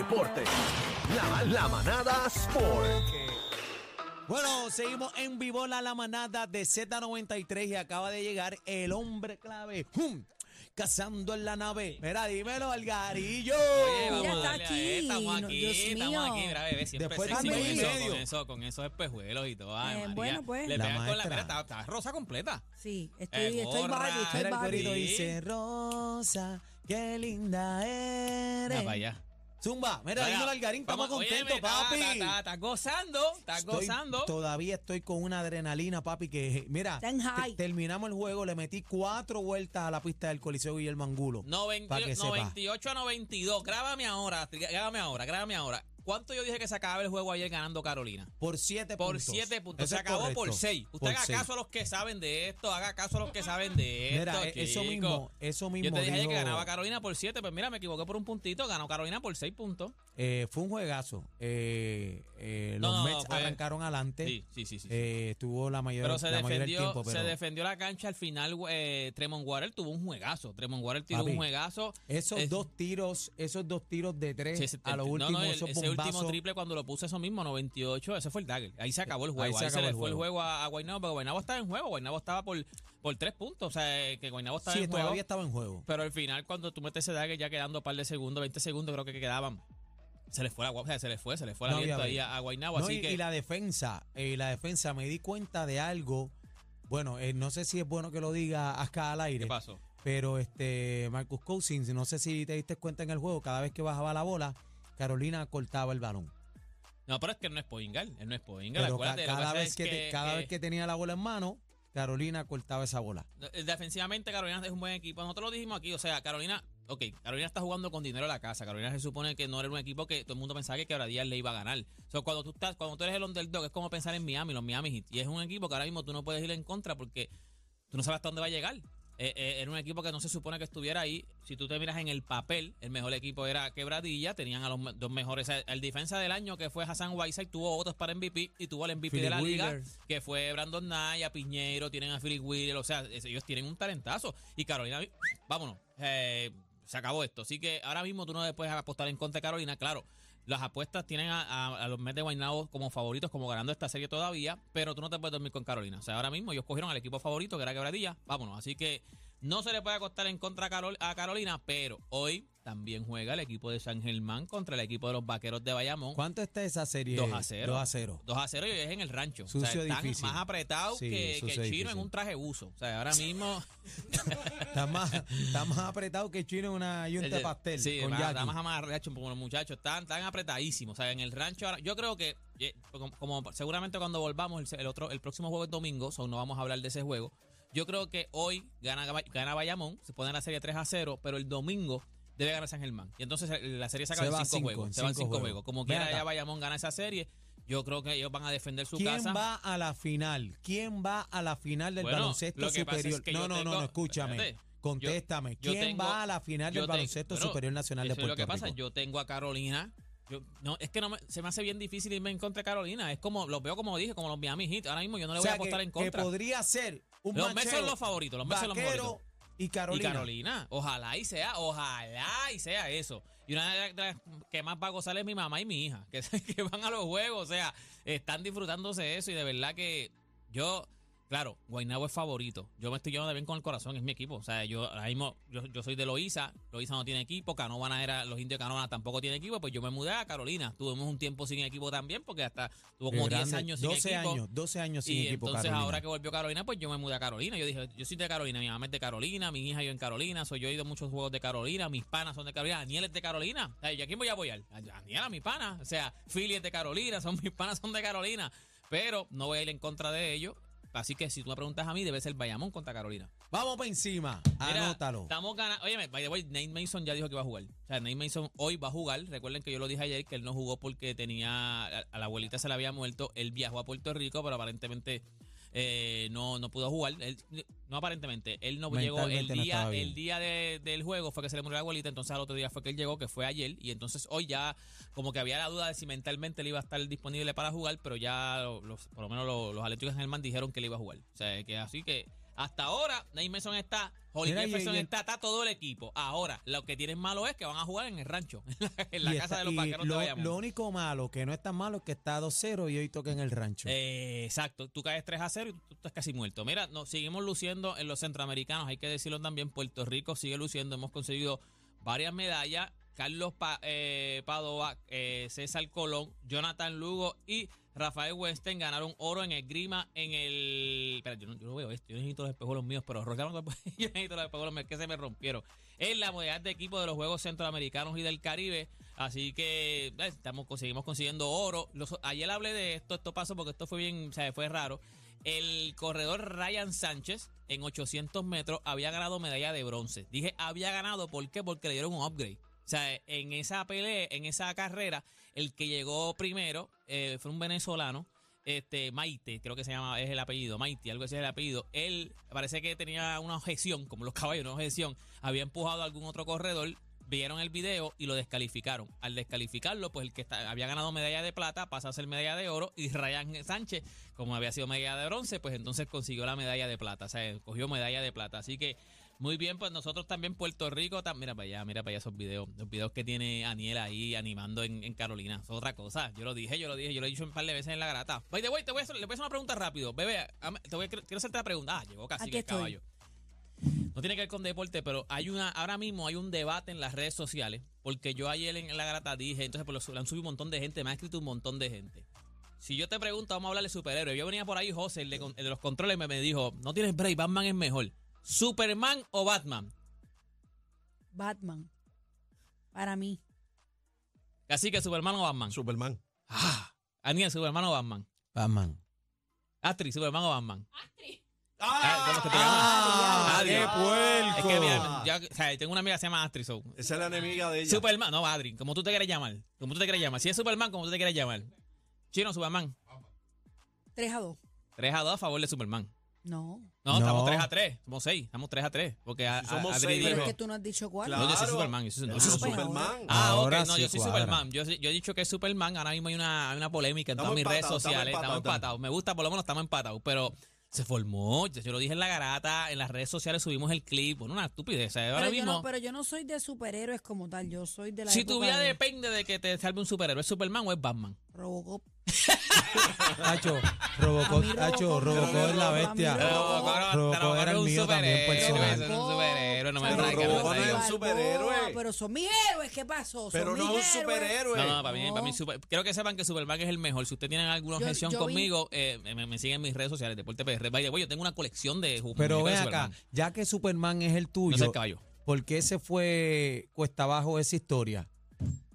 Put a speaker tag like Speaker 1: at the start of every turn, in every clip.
Speaker 1: deporte. La, la manada Sport.
Speaker 2: Bueno, seguimos en vivo la, la manada de Z93 y acaba de llegar el hombre clave. ¡Jum! Cazando en la nave. Mira, dímelo, Algarillo.
Speaker 3: Oye,
Speaker 4: Mira,
Speaker 3: vamos a
Speaker 4: está
Speaker 3: darle a-
Speaker 4: aquí.
Speaker 3: Estamos
Speaker 4: No,
Speaker 3: aquí,
Speaker 4: Dios
Speaker 3: estamos
Speaker 4: mío.
Speaker 3: aquí. Mira, bebé, siempre
Speaker 2: Después
Speaker 3: sexy
Speaker 2: de
Speaker 3: con
Speaker 2: medio.
Speaker 3: eso, con, eso, con esos espejuelos y todo. Ay,
Speaker 4: Eh,
Speaker 3: María.
Speaker 4: bueno, pues.
Speaker 3: Le
Speaker 2: La
Speaker 3: pegan con la
Speaker 2: maestra.
Speaker 3: mira, está, está rosa completa.
Speaker 4: Sí, estoy,
Speaker 3: Eh,
Speaker 4: estoy
Speaker 3: gorra,
Speaker 4: Barbie, estoy
Speaker 2: Mira, el
Speaker 3: Barbie.
Speaker 2: corito
Speaker 4: Barbie.
Speaker 2: dice, Rosa, qué linda eres.
Speaker 3: Mira para allá.
Speaker 2: Zumba, mira,
Speaker 3: Mira,
Speaker 2: dímelo, Algarín, estamos
Speaker 3: vamos,
Speaker 2: contentos,
Speaker 3: óyeme, está-
Speaker 2: papi.
Speaker 3: está- está- Estás gozando, estás
Speaker 2: Estoy-
Speaker 3: gozando.
Speaker 2: Todavía estoy con una adrenalina, papi, que mira,
Speaker 4: Está en
Speaker 2: te-
Speaker 4: high.
Speaker 2: terminamos el juego, le metí cuatro vueltas a la pista del Coliseo Guillermo Angulo.
Speaker 3: Noven-
Speaker 2: Pa' que sepa.
Speaker 3: 98 a 92. Grábame ahora, grábame ahora, grábame ahora. ¿Cuánto yo dije que se acababa el juego ayer ganando Carolina?
Speaker 2: Por siete
Speaker 3: Por
Speaker 2: puntos.
Speaker 3: 7 puntos.
Speaker 2: Eso
Speaker 3: Se
Speaker 2: es
Speaker 3: acabó por
Speaker 2: correcto.
Speaker 3: 6. Usted
Speaker 2: Por
Speaker 3: haga
Speaker 2: seis.
Speaker 3: caso a los que saben de esto, haga caso a los que saben de esto.
Speaker 2: Mira, e- eso
Speaker 3: chico.
Speaker 2: mismo, eso mismo.
Speaker 3: Yo te dije ayer que
Speaker 2: dijo-
Speaker 3: ganaba Carolina por 7, pues mira, me equivoqué por un puntito, ganó Carolina por 6 puntos.
Speaker 2: Eh, fue un juegazo. Eh, eh,
Speaker 3: No,
Speaker 2: los
Speaker 3: no,
Speaker 2: Mets
Speaker 3: fue-
Speaker 2: arrancaron adelante.
Speaker 3: Sí, sí, sí. sí.
Speaker 2: Eh, estuvo la mayor,
Speaker 3: pero se
Speaker 2: la mayoría
Speaker 3: defendió,
Speaker 2: del tiempo.
Speaker 3: se
Speaker 2: pero
Speaker 3: defendió la cancha al final. Eh, Tremont Water tuvo un juegazo. Tremont Water tiró
Speaker 2: Papi,
Speaker 3: un juegazo.
Speaker 2: esos
Speaker 3: es-
Speaker 2: dos tiros, esos dos tiros de tres
Speaker 3: Sí, ese-
Speaker 2: a lo
Speaker 3: no,
Speaker 2: último,
Speaker 3: no, el-
Speaker 2: esos
Speaker 3: ese
Speaker 2: bombazos.
Speaker 3: último triple cuando lo puse eso mismo, 98, ese fue el dagger. Ahí se acabó el
Speaker 2: Ahí
Speaker 3: juego. Ahí
Speaker 2: se
Speaker 3: se,
Speaker 2: acabó
Speaker 3: le
Speaker 2: el
Speaker 3: fue el
Speaker 2: juego.
Speaker 3: juego a, a Guaynabo, porque Guaynabo estaba en juego. Guaynabo estaba por, por tres puntos. O sea, eh, que Guaynabo estaba
Speaker 2: sí,
Speaker 3: en
Speaker 2: todavía
Speaker 3: juego.
Speaker 2: estaba en juego.
Speaker 3: Pero al final, cuando tú metes ese dagger, ya quedando un par de segundos, 20 segundos creo que que quedaban. Se le fue la guapa, se le fue, se le fue el
Speaker 2: No había
Speaker 3: aliento ahí
Speaker 2: break.
Speaker 3: a, a Guaynabo.
Speaker 2: No,
Speaker 3: así
Speaker 2: y,
Speaker 3: que
Speaker 2: y la defensa, eh, la defensa, me di cuenta de algo. Bueno, eh, no sé si es bueno que lo diga acá al
Speaker 3: ¿qué
Speaker 2: aire,
Speaker 3: pasó?
Speaker 2: pero este Marcus Cousins, no sé si te diste cuenta en el juego, cada vez que bajaba la bola, Carolina cortaba el balón.
Speaker 3: No, pero es que él no es Poingal, él no es Poingal.
Speaker 2: Pero ca-
Speaker 3: acuérdate, lo que
Speaker 2: cada
Speaker 3: pasa
Speaker 2: vez
Speaker 3: es
Speaker 2: que, te- cada vez que tenía la bola en mano, Carolina cortaba esa bola.
Speaker 3: Eh, Defensivamente, Carolina es un buen equipo. Nosotros lo dijimos aquí. O sea, Carolina, ok, Carolina está jugando con dinero a la casa. Carolina se supone que no era un equipo que todo el mundo pensaba que quebradía le iba a ganar. O sea, cuando tú estás, cuando tú eres el underdog, es como pensar en Miami, los Miami Heat. Y es un equipo que ahora mismo tú no puedes ir en contra porque tú no sabes hasta dónde va a llegar. Eh, eh, era un equipo que no se supone que estuviera ahí. Si tú te miras en el papel, el mejor equipo era Quebradilla. Tenían a los me- dos mejores. O sea, el defensa del año que fue Hassan Whiteside tuvo otros para MVP y tuvo el MVP de la
Speaker 2: Philip
Speaker 3: liga
Speaker 2: Wheeler.
Speaker 3: que fue Brandon Naya, Piñero, tienen a Philip Wheeler, o sea, es- ellos tienen un talentazo. Y Carolina, vámonos, eh, se acabó esto. Así que ahora mismo tú no le puedes apostar en contra de Carolina, claro. Las apuestas tienen a, a- a los Mets de Guaynabo como favoritos, como ganando esta serie todavía, pero tú no te puedes dormir con Carolina. O sea, ahora mismo ellos cogieron al equipo favorito, que era Quebradilla, vámonos. Así que no se le puede acostar en contra a, Carol- a Carolina, pero hoy también juega el equipo de San Germán contra el equipo de los Vaqueros de Bayamón.
Speaker 2: ¿Cuánto está esa serie?
Speaker 3: 2 a 0.
Speaker 2: 2 a 0.
Speaker 3: 2 a 0 y es en el rancho. o
Speaker 2: Sucio
Speaker 3: sea, están
Speaker 2: difícil.
Speaker 3: más apretados
Speaker 2: Sí,
Speaker 3: que, que
Speaker 2: sucio
Speaker 3: chino
Speaker 2: difícil.
Speaker 3: en un traje uso. O sea, ahora mismo.
Speaker 2: Está más, está más apretado que Chino en una yunta de pastel.
Speaker 3: Sí,
Speaker 2: con
Speaker 3: va-
Speaker 2: Jackie.
Speaker 3: está más amarracho como los muchachos. Están, están apretadísimos. O sea, en el rancho ahora. Yo creo que. eh, como- como seguramente cuando volvamos, el, se- el otro, el próximo juego es domingo, so no vamos a hablar de ese juego. Yo creo que hoy gana, gana Bayamón, se pone en la serie 3 a 0, pero el domingo debe ganar San Germán. Y entonces eh, la serie se acaba
Speaker 2: Se va a
Speaker 3: en 5
Speaker 2: cinco,
Speaker 3: juegos.
Speaker 2: en
Speaker 3: Se van
Speaker 2: cinco
Speaker 3: 5 juegos.
Speaker 2: juegos.
Speaker 3: Como
Speaker 2: Ven
Speaker 3: quiera
Speaker 2: acá.
Speaker 3: ya Bayamón gana esa serie, yo creo que ellos van a defender su
Speaker 2: ¿Quién
Speaker 3: casa.
Speaker 2: va a la final? ¿Quién va a la final del
Speaker 3: Bueno,
Speaker 2: baloncesto
Speaker 3: lo que pasa es
Speaker 2: superior?
Speaker 3: que
Speaker 2: no,
Speaker 3: yo
Speaker 2: no, no,
Speaker 3: tengo-
Speaker 2: no, escúchame.
Speaker 3: espérate,
Speaker 2: contéstame.
Speaker 3: yo
Speaker 2: ¿Quién
Speaker 3: tengo-
Speaker 2: va a la final
Speaker 3: yo
Speaker 2: del
Speaker 3: te-
Speaker 2: baloncesto
Speaker 3: bueno,
Speaker 2: superior nacional de
Speaker 3: Eso es
Speaker 2: Puerto
Speaker 3: lo que pasa.
Speaker 2: Rico?
Speaker 3: Yo tengo a Carolina. Yo, no, es que no me- se me hace bien difícil irme en contra de Carolina. Es como, los veo como dije, como los Miami Heat. Ahora mismo yo no le
Speaker 2: O
Speaker 3: voy
Speaker 2: sea,
Speaker 3: a apostar
Speaker 2: que,
Speaker 3: en
Speaker 2: que
Speaker 3: contra.
Speaker 2: podría ser un
Speaker 3: los Mets
Speaker 2: macheo
Speaker 3: son los favoritos. Los Mets son los favoritos.
Speaker 2: vaquero y
Speaker 3: Y
Speaker 2: Carolina.
Speaker 3: Carolina, ojalá y sea, ojalá y sea eso. Y una de las- de las que más va a gozar es mi mamá y mi hija, que, se- que van a los juegos, o sea, están disfrutándose de eso y de verdad que yo, claro, Guaynabo es favorito. Yo me estoy llevando bien con el corazón, es mi equipo. O sea, yo ahora mismo, yo, yo soy de Loíza, Loíza no tiene equipo, Canovana era, los indios de Canovana tampoco tienen equipo, pues yo me mudé a Carolina. Tuvimos un tiempo sin equipo también, porque hasta tuvo como
Speaker 2: Grande,
Speaker 3: 10 años sin
Speaker 2: 12
Speaker 3: equipo
Speaker 2: años, 12 años sin
Speaker 3: y
Speaker 2: equipo
Speaker 3: entonces
Speaker 2: Carolina.
Speaker 3: ahora que volvió Carolina, pues yo me mudé a Carolina. Yo dije, yo soy de Carolina, mi mamá es de Carolina, mi hija yo en Carolina, soy yo he ido a muchos juegos de Carolina, mis panas son de Carolina, Daniel es de Carolina. O sea, ¿Y a quién voy a apoyar? A Daniel, a mi pana. O sea, Philly es de Carolina, son mis panas son de Carolina. Pero no voy a ir en contra de ellos. Así que si tú me preguntas a mí, debe ser Bayamón contra Carolina.
Speaker 2: Vamos para encima.
Speaker 3: Mira,
Speaker 2: Ah, Anótalo.
Speaker 3: Estamos ganando. Oye, by the way, Nate Mason ya dijo que va a jugar. O sea, Nate Mason hoy va a jugar. Recuerden que yo lo dije ayer que él no jugó porque tenía. A, a la abuelita se le había muerto. Él viajó a Puerto Rico, pero aparentemente eh, no, no pudo jugar. Él- no aparentemente. Él no llegó el
Speaker 2: Mentalmente no
Speaker 3: día,
Speaker 2: estaba bien.
Speaker 3: el día de- del juego fue que se le murió la abuelita. Entonces al otro día fue que él llegó, que fue ayer. Y entonces hoy ya como que había la duda de si mentalmente le iba a estar disponible para jugar, pero ya lo- los, por lo menos lo- los, Atléticos de Germán dijeron que le iba a jugar. O sea, que así que Hasta ahora, Nate Mason está, Holly
Speaker 2: Mira, y-
Speaker 3: Jefferson
Speaker 2: y el-
Speaker 3: está, está todo el equipo. Ahora, lo que tienen malo es que van a jugar en el rancho, en la
Speaker 2: Y
Speaker 3: casa
Speaker 2: está-
Speaker 3: de los
Speaker 2: y
Speaker 3: vaqueros de
Speaker 2: lo,
Speaker 3: Bayamón.
Speaker 2: lo único malo, que no es tan malo, es que está 2-0 y hoy toca en el rancho.
Speaker 3: Eh, exacto, tú caes 3 a 0 y tú, tú estás casi muerto. Mira, nos seguimos luciendo en los centroamericanos, hay que decirlo también, Puerto Rico sigue luciendo, hemos conseguido varias medallas, Carlos Pa- eh, Padova, eh, César Colón, Jonathan Lugo y Rafael Westen ganaron oro en esgrima en el... Espera, yo no, yo no veo esto, yo necesito los espejuelos míos, pero Rogelio, no te puede- yo necesito los espejuelos míos que se me rompieron. En la modalidad de equipo de los Juegos Centroamericanos y del Caribe, Así que eh, estamos conseguimos consiguiendo oro. Los- ayer hablé de esto, esto pasó porque esto fue bien, o sea, fue raro. El corredor Ryan Sánchez en 800 metros había ganado medalla de bronce. Dije había ganado, ¿por qué? Porque le dieron un upgrade. O sea, en esa pelea, en esa carrera, el que llegó primero eh, fue un venezolano, este Maite, creo que se llama, es el apellido, Maite, algo así es el apellido. Él parece que tenía una objeción, como los caballos, una objeción. Había empujado a algún otro corredor, vieron el video y lo descalificaron. Al descalificarlo, pues el que está- había ganado medalla de plata pasa a ser medalla de oro y Ryan Sánchez, como había sido medalla de bronce, pues entonces consiguió la medalla de plata, o sea, cogió medalla de plata. Así que muy bien, pues nosotros también Puerto Rico, tam- mira para allá, mira para allá esos videos, los videos que tiene Aniel ahí animando en, en Carolina, es otra cosa. Yo lo dije, yo lo dije, yo lo he dicho un par de veces en la grata. By the way, te voy a hacer, le voy a hacer una pregunta rápido, bebé, am- te voy a, quiero hacerte la pregunta. Ah, llegó casi
Speaker 4: Aquí
Speaker 3: que el
Speaker 4: estoy.
Speaker 3: caballo. No tiene que ver con deporte, pero hay una, ahora mismo hay un debate en las redes sociales, porque yo ayer en la grata dije, entonces pues lo su- lo han subido un montón de gente, me ha escrito un montón de gente. Si yo te pregunto, vamos a hablar de superhéroes. Yo venía por ahí, José, el de, con- el de los controles, me, me dijo, no tienes break, Batman es mejor. ¿Superman o Batman?
Speaker 4: Batman. Para mí.
Speaker 3: Así que Superman o Batman.
Speaker 1: Superman.
Speaker 3: Ah, Aniel, Superman o Batman.
Speaker 2: Batman.
Speaker 3: Astrid, Superman o Batman. Ah, con los que te
Speaker 2: ¡Ah!
Speaker 3: llaman. Astrid.
Speaker 1: puerco!
Speaker 3: Es que mira, ya- o sea, tengo una amiga que se llama Astrid. so,
Speaker 1: Esa es la enemiga de ella.
Speaker 3: Superman, no, Adri, como tú te quieres llamar. Como tú te quieres llamar. Si es Superman, como tú te quieres llamar. Chino, Superman.
Speaker 4: 3 a 2.
Speaker 3: 3 a 2 a favor de Superman.
Speaker 4: No.
Speaker 3: No,
Speaker 2: No.
Speaker 3: estamos 3 a 3. Somos 6. Estamos 3 a 3. Porque a-
Speaker 1: Si
Speaker 3: a-
Speaker 1: somos
Speaker 3: Adri
Speaker 1: seis,
Speaker 3: dijo-
Speaker 4: Pero
Speaker 1: Digo,
Speaker 4: es que tú no has dicho cuál.
Speaker 1: claro.
Speaker 3: No, yo soy Superman. Yo soy, no, yo
Speaker 1: Ese
Speaker 3: soy
Speaker 1: es
Speaker 4: pues,
Speaker 3: Superman.
Speaker 1: Ah, Superman.
Speaker 3: Ah, ok,
Speaker 2: Ahora
Speaker 3: no,
Speaker 2: sí
Speaker 3: yo soy
Speaker 2: cuadra.
Speaker 3: Superman. Yo, soy- yo he dicho que es Superman. Ahora mismo hay una, hay una polémica en
Speaker 1: Estamos
Speaker 3: todas mis redes
Speaker 1: empatados, estamos
Speaker 3: sociales. Estamos
Speaker 1: empatados.
Speaker 3: empatados. Me gusta, por lo menos estamos empatados. Pero se formó. Yo, yo lo dije en la garata. En las redes sociales subimos el clip. Bueno, una estupidez. o sea, ahora
Speaker 4: Pero yo,
Speaker 3: mismo.
Speaker 4: no, pero yo no soy de superhéroes como tal. Yo soy de la.
Speaker 3: si
Speaker 4: época
Speaker 3: tu vida
Speaker 4: de
Speaker 3: depende de que te salve un superhéroe, ¿es Superman o es Batman?
Speaker 4: Robocop.
Speaker 2: Tacho, Robocop,
Speaker 4: A mí
Speaker 2: Tacho,
Speaker 4: Robocop,
Speaker 2: Robocop es la
Speaker 4: a mí
Speaker 2: bestia.
Speaker 4: Robocop.
Speaker 2: Robocop era el mío también, personal.
Speaker 3: Eso es un superhéroe, no me
Speaker 1: Pero
Speaker 3: traigas,
Speaker 1: Robocop
Speaker 3: no me
Speaker 1: no es
Speaker 3: traigas.
Speaker 1: un superhéroe.
Speaker 4: Pero son mis héroes. ¿Qué pasó? Son
Speaker 1: Pero
Speaker 4: mis
Speaker 1: no es un
Speaker 4: héroes.
Speaker 1: superhéroe.
Speaker 3: No, no, para mí, para mí
Speaker 4: Pues, No.
Speaker 3: super- creo que sepan que Superman es el mejor. Si ustedes tienen alguna
Speaker 4: Yo-
Speaker 3: objeción
Speaker 4: yo vi-
Speaker 3: conmigo, eh, me, me siguen en mis redes sociales, Deporte PR. By the way, yo tengo una colección de ju-
Speaker 2: Pero
Speaker 3: muñecos
Speaker 2: ven
Speaker 3: de
Speaker 2: acá,
Speaker 3: Superman.
Speaker 2: ya que Superman es el
Speaker 3: No sé
Speaker 2: tuyo,
Speaker 3: el caballo.
Speaker 2: ¿por qué se fue cuesta abajo esa historia?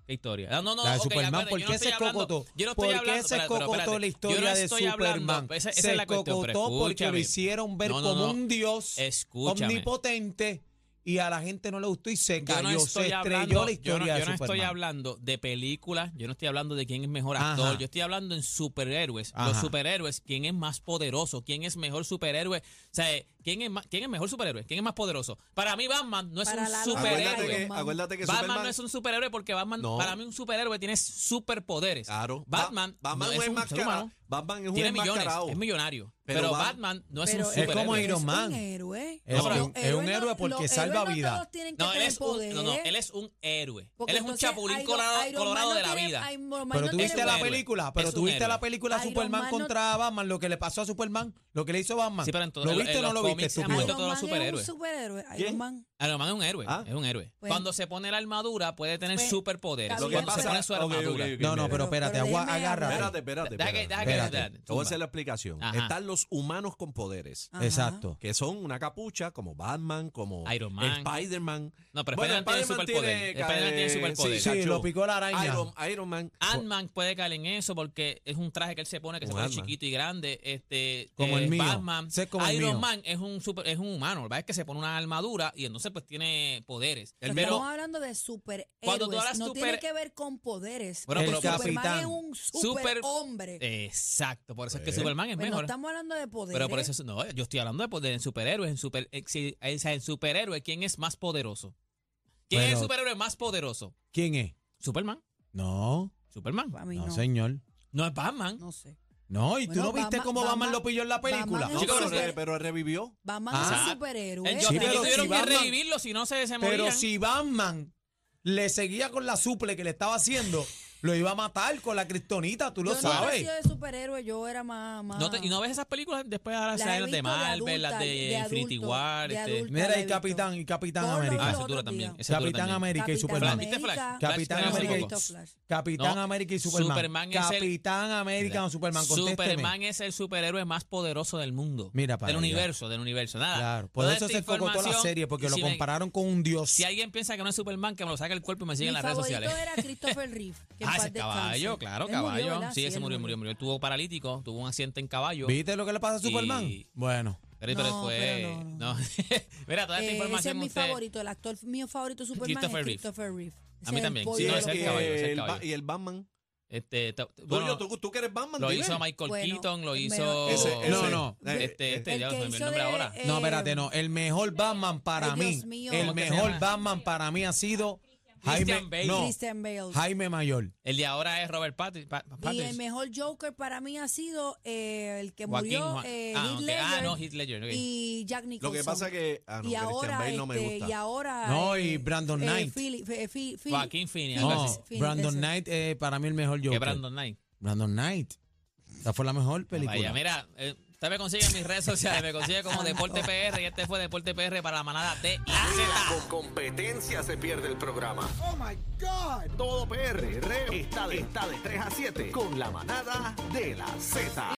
Speaker 3: ¿Qué historia? Ah, No, no,
Speaker 2: La de
Speaker 3: ok,
Speaker 2: Superman,
Speaker 3: acuérdate,
Speaker 2: ¿por
Speaker 3: yo
Speaker 2: qué
Speaker 3: estoy
Speaker 2: se
Speaker 3: hablando-
Speaker 2: cocotó?
Speaker 3: Yo no
Speaker 2: ¿Por
Speaker 3: estoy
Speaker 2: qué
Speaker 3: hablando,
Speaker 2: se
Speaker 3: espérate, pero
Speaker 2: cocotó
Speaker 3: espérate,
Speaker 2: la
Speaker 3: yo
Speaker 2: historia
Speaker 3: no
Speaker 2: de
Speaker 3: estoy hablando,
Speaker 2: Superman?
Speaker 3: esa- esa
Speaker 2: se
Speaker 3: es la cuestión, pero
Speaker 2: cocotó porque lo
Speaker 3: escúchame.
Speaker 2: hicieron ver
Speaker 3: No, no,
Speaker 2: como
Speaker 3: no.
Speaker 2: un dios
Speaker 3: Escúchame.
Speaker 2: omnipotente y a la gente no le gustó y se
Speaker 3: Yo
Speaker 2: cayó,
Speaker 3: no
Speaker 2: se
Speaker 3: estoy
Speaker 2: estrelló
Speaker 3: hablando,
Speaker 2: la
Speaker 3: yo no-
Speaker 2: historia
Speaker 3: yo no
Speaker 2: de Superman.
Speaker 3: estoy hablando de películas, yo no estoy hablando de quién es mejor
Speaker 2: Ajá.
Speaker 3: actor, yo estoy hablando en superhéroes. Los
Speaker 2: Ajá.
Speaker 3: superhéroes, quién es más poderoso, quién es mejor superhéroe, o sea, eh, quién es más- quién es mejor superhéroe, quién es más poderoso. Para mí Batman no es
Speaker 4: Para
Speaker 3: un
Speaker 4: la
Speaker 1: acuérdate,
Speaker 3: superhéroe.
Speaker 1: que,
Speaker 4: Superman.
Speaker 1: acuérdate que
Speaker 3: Batman
Speaker 1: Superman
Speaker 3: no es un superhéroe porque Batman,
Speaker 1: No.
Speaker 3: para mí un superhéroe tiene superpoderes.
Speaker 1: Claro.
Speaker 3: Batman,
Speaker 1: Ba- Batman
Speaker 3: no
Speaker 1: es
Speaker 3: es un ser
Speaker 1: enmascarado.
Speaker 3: humano.
Speaker 1: Batman es un
Speaker 3: Tiene millones,
Speaker 1: enmascarado.
Speaker 3: es millonario.
Speaker 1: Pero
Speaker 3: Pero,
Speaker 1: Bat-
Speaker 3: Batman no es
Speaker 4: Pero
Speaker 3: un
Speaker 2: es
Speaker 3: superhéroe.
Speaker 2: como Iron Man.
Speaker 4: un héroe.
Speaker 2: Es
Speaker 4: Los
Speaker 3: un-
Speaker 4: héroes
Speaker 2: es un
Speaker 4: no-
Speaker 2: héroe porque
Speaker 4: los
Speaker 2: salva
Speaker 4: héroes no
Speaker 2: vida.
Speaker 4: todos tienen que
Speaker 3: No, él
Speaker 4: tener
Speaker 3: es un,
Speaker 4: poder.
Speaker 3: no, no, él es un héroe.
Speaker 4: Porque
Speaker 3: él es un
Speaker 4: entonces
Speaker 3: chapulín
Speaker 4: Iron-
Speaker 3: colorado,
Speaker 4: Iron Man
Speaker 3: colorado
Speaker 4: no
Speaker 3: de la
Speaker 4: tiene-
Speaker 3: vida.
Speaker 4: Iron Man
Speaker 2: Pero
Speaker 4: no
Speaker 2: tú
Speaker 4: tiene
Speaker 2: viste la
Speaker 4: poder.
Speaker 2: película, pero
Speaker 3: Es
Speaker 2: tú
Speaker 3: un
Speaker 2: viste la
Speaker 3: héroe.
Speaker 2: película
Speaker 4: Iron
Speaker 2: Superman
Speaker 4: Man no-
Speaker 2: contra Batman, lo que le pasó a Superman, lo que le hizo Batman.
Speaker 3: Sí, pero en todo-
Speaker 2: ¿Lo
Speaker 3: en-
Speaker 2: viste
Speaker 3: en
Speaker 2: o no
Speaker 3: los
Speaker 2: lo viste,
Speaker 3: cómics se han
Speaker 2: estúpido?
Speaker 3: muerto- todos los
Speaker 4: Iron Man es
Speaker 3: superhéroes.
Speaker 4: un superhéroe.
Speaker 1: ¿Quién?
Speaker 4: Iron Man.
Speaker 3: Iron Man es un héroe,
Speaker 1: Ah.
Speaker 3: es un héroe.
Speaker 4: Bueno.
Speaker 3: Cuando se pone la armadura puede tener
Speaker 4: Pues,
Speaker 3: superpoderes.
Speaker 4: está
Speaker 1: Lo
Speaker 4: bien,
Speaker 1: que
Speaker 3: Cuando se
Speaker 1: pasa
Speaker 3: pone su armadura.
Speaker 1: Ok, ok, ok,
Speaker 2: No, no,
Speaker 1: mira.
Speaker 2: pero
Speaker 4: Pero-
Speaker 2: espérate,
Speaker 4: pero
Speaker 2: agua-
Speaker 4: déjeme
Speaker 2: agárrate.
Speaker 4: hablar.
Speaker 1: Espérate, espérate.
Speaker 3: Deja que-
Speaker 1: espérate.
Speaker 3: deja que-
Speaker 1: Espérate.
Speaker 3: dale,
Speaker 1: Te voy a
Speaker 3: zumba.
Speaker 1: hacer la explicación.
Speaker 3: Ajá.
Speaker 1: Están los humanos con poderes.
Speaker 4: Ajá.
Speaker 2: Exacto.
Speaker 1: Que son una capucha como Batman, como
Speaker 3: Iron Man.
Speaker 1: Spider-Man.
Speaker 3: No, pero Spider-Man tiene superpoder. Spider-Man tiene
Speaker 1: eh,
Speaker 3: superpoder.
Speaker 2: Sí,
Speaker 1: cacho.
Speaker 2: lo picó la araña.
Speaker 1: Iron, Iron Man.
Speaker 3: Ant-Man puede caer en eso porque es un traje que él se pone que se
Speaker 1: Un
Speaker 3: pone
Speaker 1: Ant-Man.
Speaker 3: chiquito y grande. Este,
Speaker 2: Como el mío.
Speaker 3: Batman.
Speaker 2: Sé como el
Speaker 3: Iron
Speaker 2: mío.
Speaker 3: Man es un super, es un humano. ¿verdad? Es que se pone una armadura y entonces pues tiene poderes.
Speaker 1: El
Speaker 4: Pero
Speaker 3: Pero-
Speaker 4: estamos hablando de superhéroes.
Speaker 3: Cuando tú hablas
Speaker 4: no
Speaker 3: super-
Speaker 4: tiene que ver con poderes.
Speaker 3: Bueno,
Speaker 4: El
Speaker 3: pero-
Speaker 4: Superman
Speaker 2: Capitán.
Speaker 4: es un
Speaker 3: Super-
Speaker 4: superhombre.
Speaker 3: Exacto, por eso es que
Speaker 1: Eh.
Speaker 3: Superman es
Speaker 4: Pues no
Speaker 3: mejor.
Speaker 4: estamos hablando de poderes.
Speaker 3: Pero por eso, es- no, yo estoy hablando de, poder- en superhéroes, en super, eh, si- eh, o sea, en superhéroes, ¿quién es más poderoso? ¿Quién es el
Speaker 2: Bueno.
Speaker 3: superhéroe más poderoso?
Speaker 2: ¿Quién es?
Speaker 3: Superman,
Speaker 2: No,
Speaker 3: Superman.
Speaker 4: Para mí
Speaker 2: no,
Speaker 4: no,
Speaker 2: señor.
Speaker 3: No es Batman.
Speaker 4: no sé.
Speaker 2: No, y
Speaker 4: Bueno,
Speaker 2: tú no viste
Speaker 4: Batman-
Speaker 2: cómo Batman
Speaker 4: Batman-
Speaker 2: lo pilló en la película.
Speaker 4: Batman
Speaker 2: No,
Speaker 4: es-
Speaker 3: Chicos,
Speaker 2: pero-
Speaker 1: Pero,
Speaker 3: pero-
Speaker 1: re- pero revivió.
Speaker 4: Batman es
Speaker 3: Ajá.
Speaker 4: un superhéroe.
Speaker 3: El
Speaker 2: Sí,
Speaker 3: Joker,
Speaker 2: pero
Speaker 3: que tuvieron
Speaker 2: si
Speaker 3: que
Speaker 2: Batman-
Speaker 3: revivirlo, si no se, se
Speaker 2: pero
Speaker 3: morían.
Speaker 2: si Batman le seguía con la suple que le estaba haciendo, lo iba a matar con la kriptonita, tú lo
Speaker 4: yo no
Speaker 2: sabes.
Speaker 4: nací de superhéroe, yo era más... más
Speaker 3: No te- y no ves esas películas después ahora
Speaker 4: Ah. Las
Speaker 3: se
Speaker 4: he
Speaker 3: las de
Speaker 4: visto de
Speaker 3: Marvel, las de,
Speaker 4: adulta, de
Speaker 3: Infinity
Speaker 4: adulto,
Speaker 3: War,
Speaker 4: de
Speaker 3: este.
Speaker 4: adulto.
Speaker 2: Mira,
Speaker 4: la
Speaker 2: y
Speaker 4: he
Speaker 2: Capitán, y Capitán
Speaker 4: Todos los
Speaker 2: América.
Speaker 3: Ah,
Speaker 4: Los
Speaker 3: esa
Speaker 4: otros
Speaker 3: dura también.
Speaker 4: días.
Speaker 3: esa dura
Speaker 2: Capitán
Speaker 3: también.
Speaker 2: América y
Speaker 3: Flash?
Speaker 2: Superman.
Speaker 3: ¿Viste Flash?
Speaker 2: Capitán
Speaker 3: Flash
Speaker 2: América.
Speaker 3: también.
Speaker 2: y- Capitán
Speaker 3: No,
Speaker 2: América y Superman.
Speaker 3: Superman es el-
Speaker 2: Capitán América o Superman. Contésteme.
Speaker 3: Superman es el superhéroe más poderoso del mundo.
Speaker 2: Mira para
Speaker 3: Del
Speaker 2: allá.
Speaker 3: universo, del universo. Nada.
Speaker 2: Claro, por
Speaker 3: toda
Speaker 2: eso
Speaker 3: esta
Speaker 2: se enfocó toda la
Speaker 3: información,
Speaker 2: serie, porque
Speaker 3: y
Speaker 2: lo
Speaker 3: si me-
Speaker 2: compararon con un dios.
Speaker 3: si alguien piensa que no es Superman, que me lo saque el cuerpo y me siga
Speaker 4: Mi
Speaker 3: en las redes
Speaker 4: favorito
Speaker 3: sociales.
Speaker 4: era Christopher Reeve. que en
Speaker 3: Ah,
Speaker 4: paz
Speaker 3: ese caballo,
Speaker 4: descanse.
Speaker 3: claro,
Speaker 4: Él murió,
Speaker 3: caballo.
Speaker 4: ¿verdad?
Speaker 3: sí, ese
Speaker 4: él
Speaker 3: murió, murió, murió. Él tuvo paralítico, tuvo un accidente en caballo.
Speaker 2: ¿Viste lo que le pasa a
Speaker 3: Y-
Speaker 2: Superman? Bueno,
Speaker 3: Pero, pero
Speaker 4: No,
Speaker 3: fue.
Speaker 4: pero no,
Speaker 3: no. Mira, toda esta
Speaker 4: Eh,
Speaker 3: información.
Speaker 4: ese es mi
Speaker 3: usted-
Speaker 4: favorito, el actor mío favorito de Superman
Speaker 3: Christopher
Speaker 4: es
Speaker 3: Reeve.
Speaker 4: Christopher Reeve.
Speaker 3: A mí también,
Speaker 4: pollo
Speaker 3: sí, no, ese
Speaker 4: de
Speaker 3: es
Speaker 4: los
Speaker 3: el
Speaker 4: que-
Speaker 3: caballo, ese es el
Speaker 1: el Ba-
Speaker 3: caballo.
Speaker 1: y el Batman.
Speaker 3: Este, ta-
Speaker 1: Coño,
Speaker 3: bueno,
Speaker 1: tú, tú que eres Batman,
Speaker 3: lo
Speaker 1: dile.
Speaker 3: hizo Michael
Speaker 4: Bueno,
Speaker 3: Keaton, lo
Speaker 4: el
Speaker 3: hizo.
Speaker 4: mejor.
Speaker 1: Ese-
Speaker 2: No,
Speaker 1: ese-
Speaker 2: no.
Speaker 1: eh,
Speaker 3: Este, este,
Speaker 4: el
Speaker 3: ya
Speaker 4: que
Speaker 3: se me olvidó el
Speaker 4: hizo
Speaker 3: nombre
Speaker 4: de-
Speaker 3: ahora.
Speaker 4: eh,
Speaker 2: no, espérate, no. El mejor Batman para
Speaker 4: Ay,
Speaker 2: mí,
Speaker 4: Dios mío.
Speaker 2: el
Speaker 4: ¿Cómo que se
Speaker 2: mejor
Speaker 3: llama?
Speaker 2: Batman para mí ha sido Jaime,
Speaker 3: Christian Bale.
Speaker 2: no,
Speaker 4: Christian Bale.
Speaker 2: Jaime Mayor.
Speaker 3: El de ahora es Robert Pattinson.
Speaker 4: Y el mejor Joker para mí ha sido eh, el que murió eh,
Speaker 3: ah,
Speaker 4: Heath
Speaker 3: ok.
Speaker 4: Ledger
Speaker 3: Ah, no, Heath Ledger. ok.
Speaker 4: y Jack
Speaker 1: Lo
Speaker 4: Nicholson.
Speaker 1: que pasa que. Ah, no,
Speaker 4: y
Speaker 1: Christian
Speaker 4: ahora,
Speaker 1: Bale no me
Speaker 4: este,
Speaker 1: gusta.
Speaker 4: y ahora
Speaker 2: No,
Speaker 4: eh,
Speaker 2: y Brandon
Speaker 4: eh,
Speaker 2: Knight.
Speaker 4: Philip- eh, Phil- Phil-
Speaker 3: Joaquín Phoenix.
Speaker 4: Philip,
Speaker 2: No,
Speaker 4: ese, Philip,
Speaker 2: Brandon
Speaker 4: ese.
Speaker 2: Knight eh, para mí el mejor
Speaker 3: que
Speaker 2: Joker.
Speaker 3: Brandon Knight.
Speaker 2: Brandon Knight. Esa fue la mejor película.
Speaker 3: Vaya, mira, eh, usted me consigue en mis redes sociales, me consigue como Deporte PR y este fue Deporte PR para la manada T.
Speaker 4: Ah.
Speaker 1: Con competencia se pierde el programa. Oh my God. Todo PR está de, está de 3 a 7 con la manada de la Z.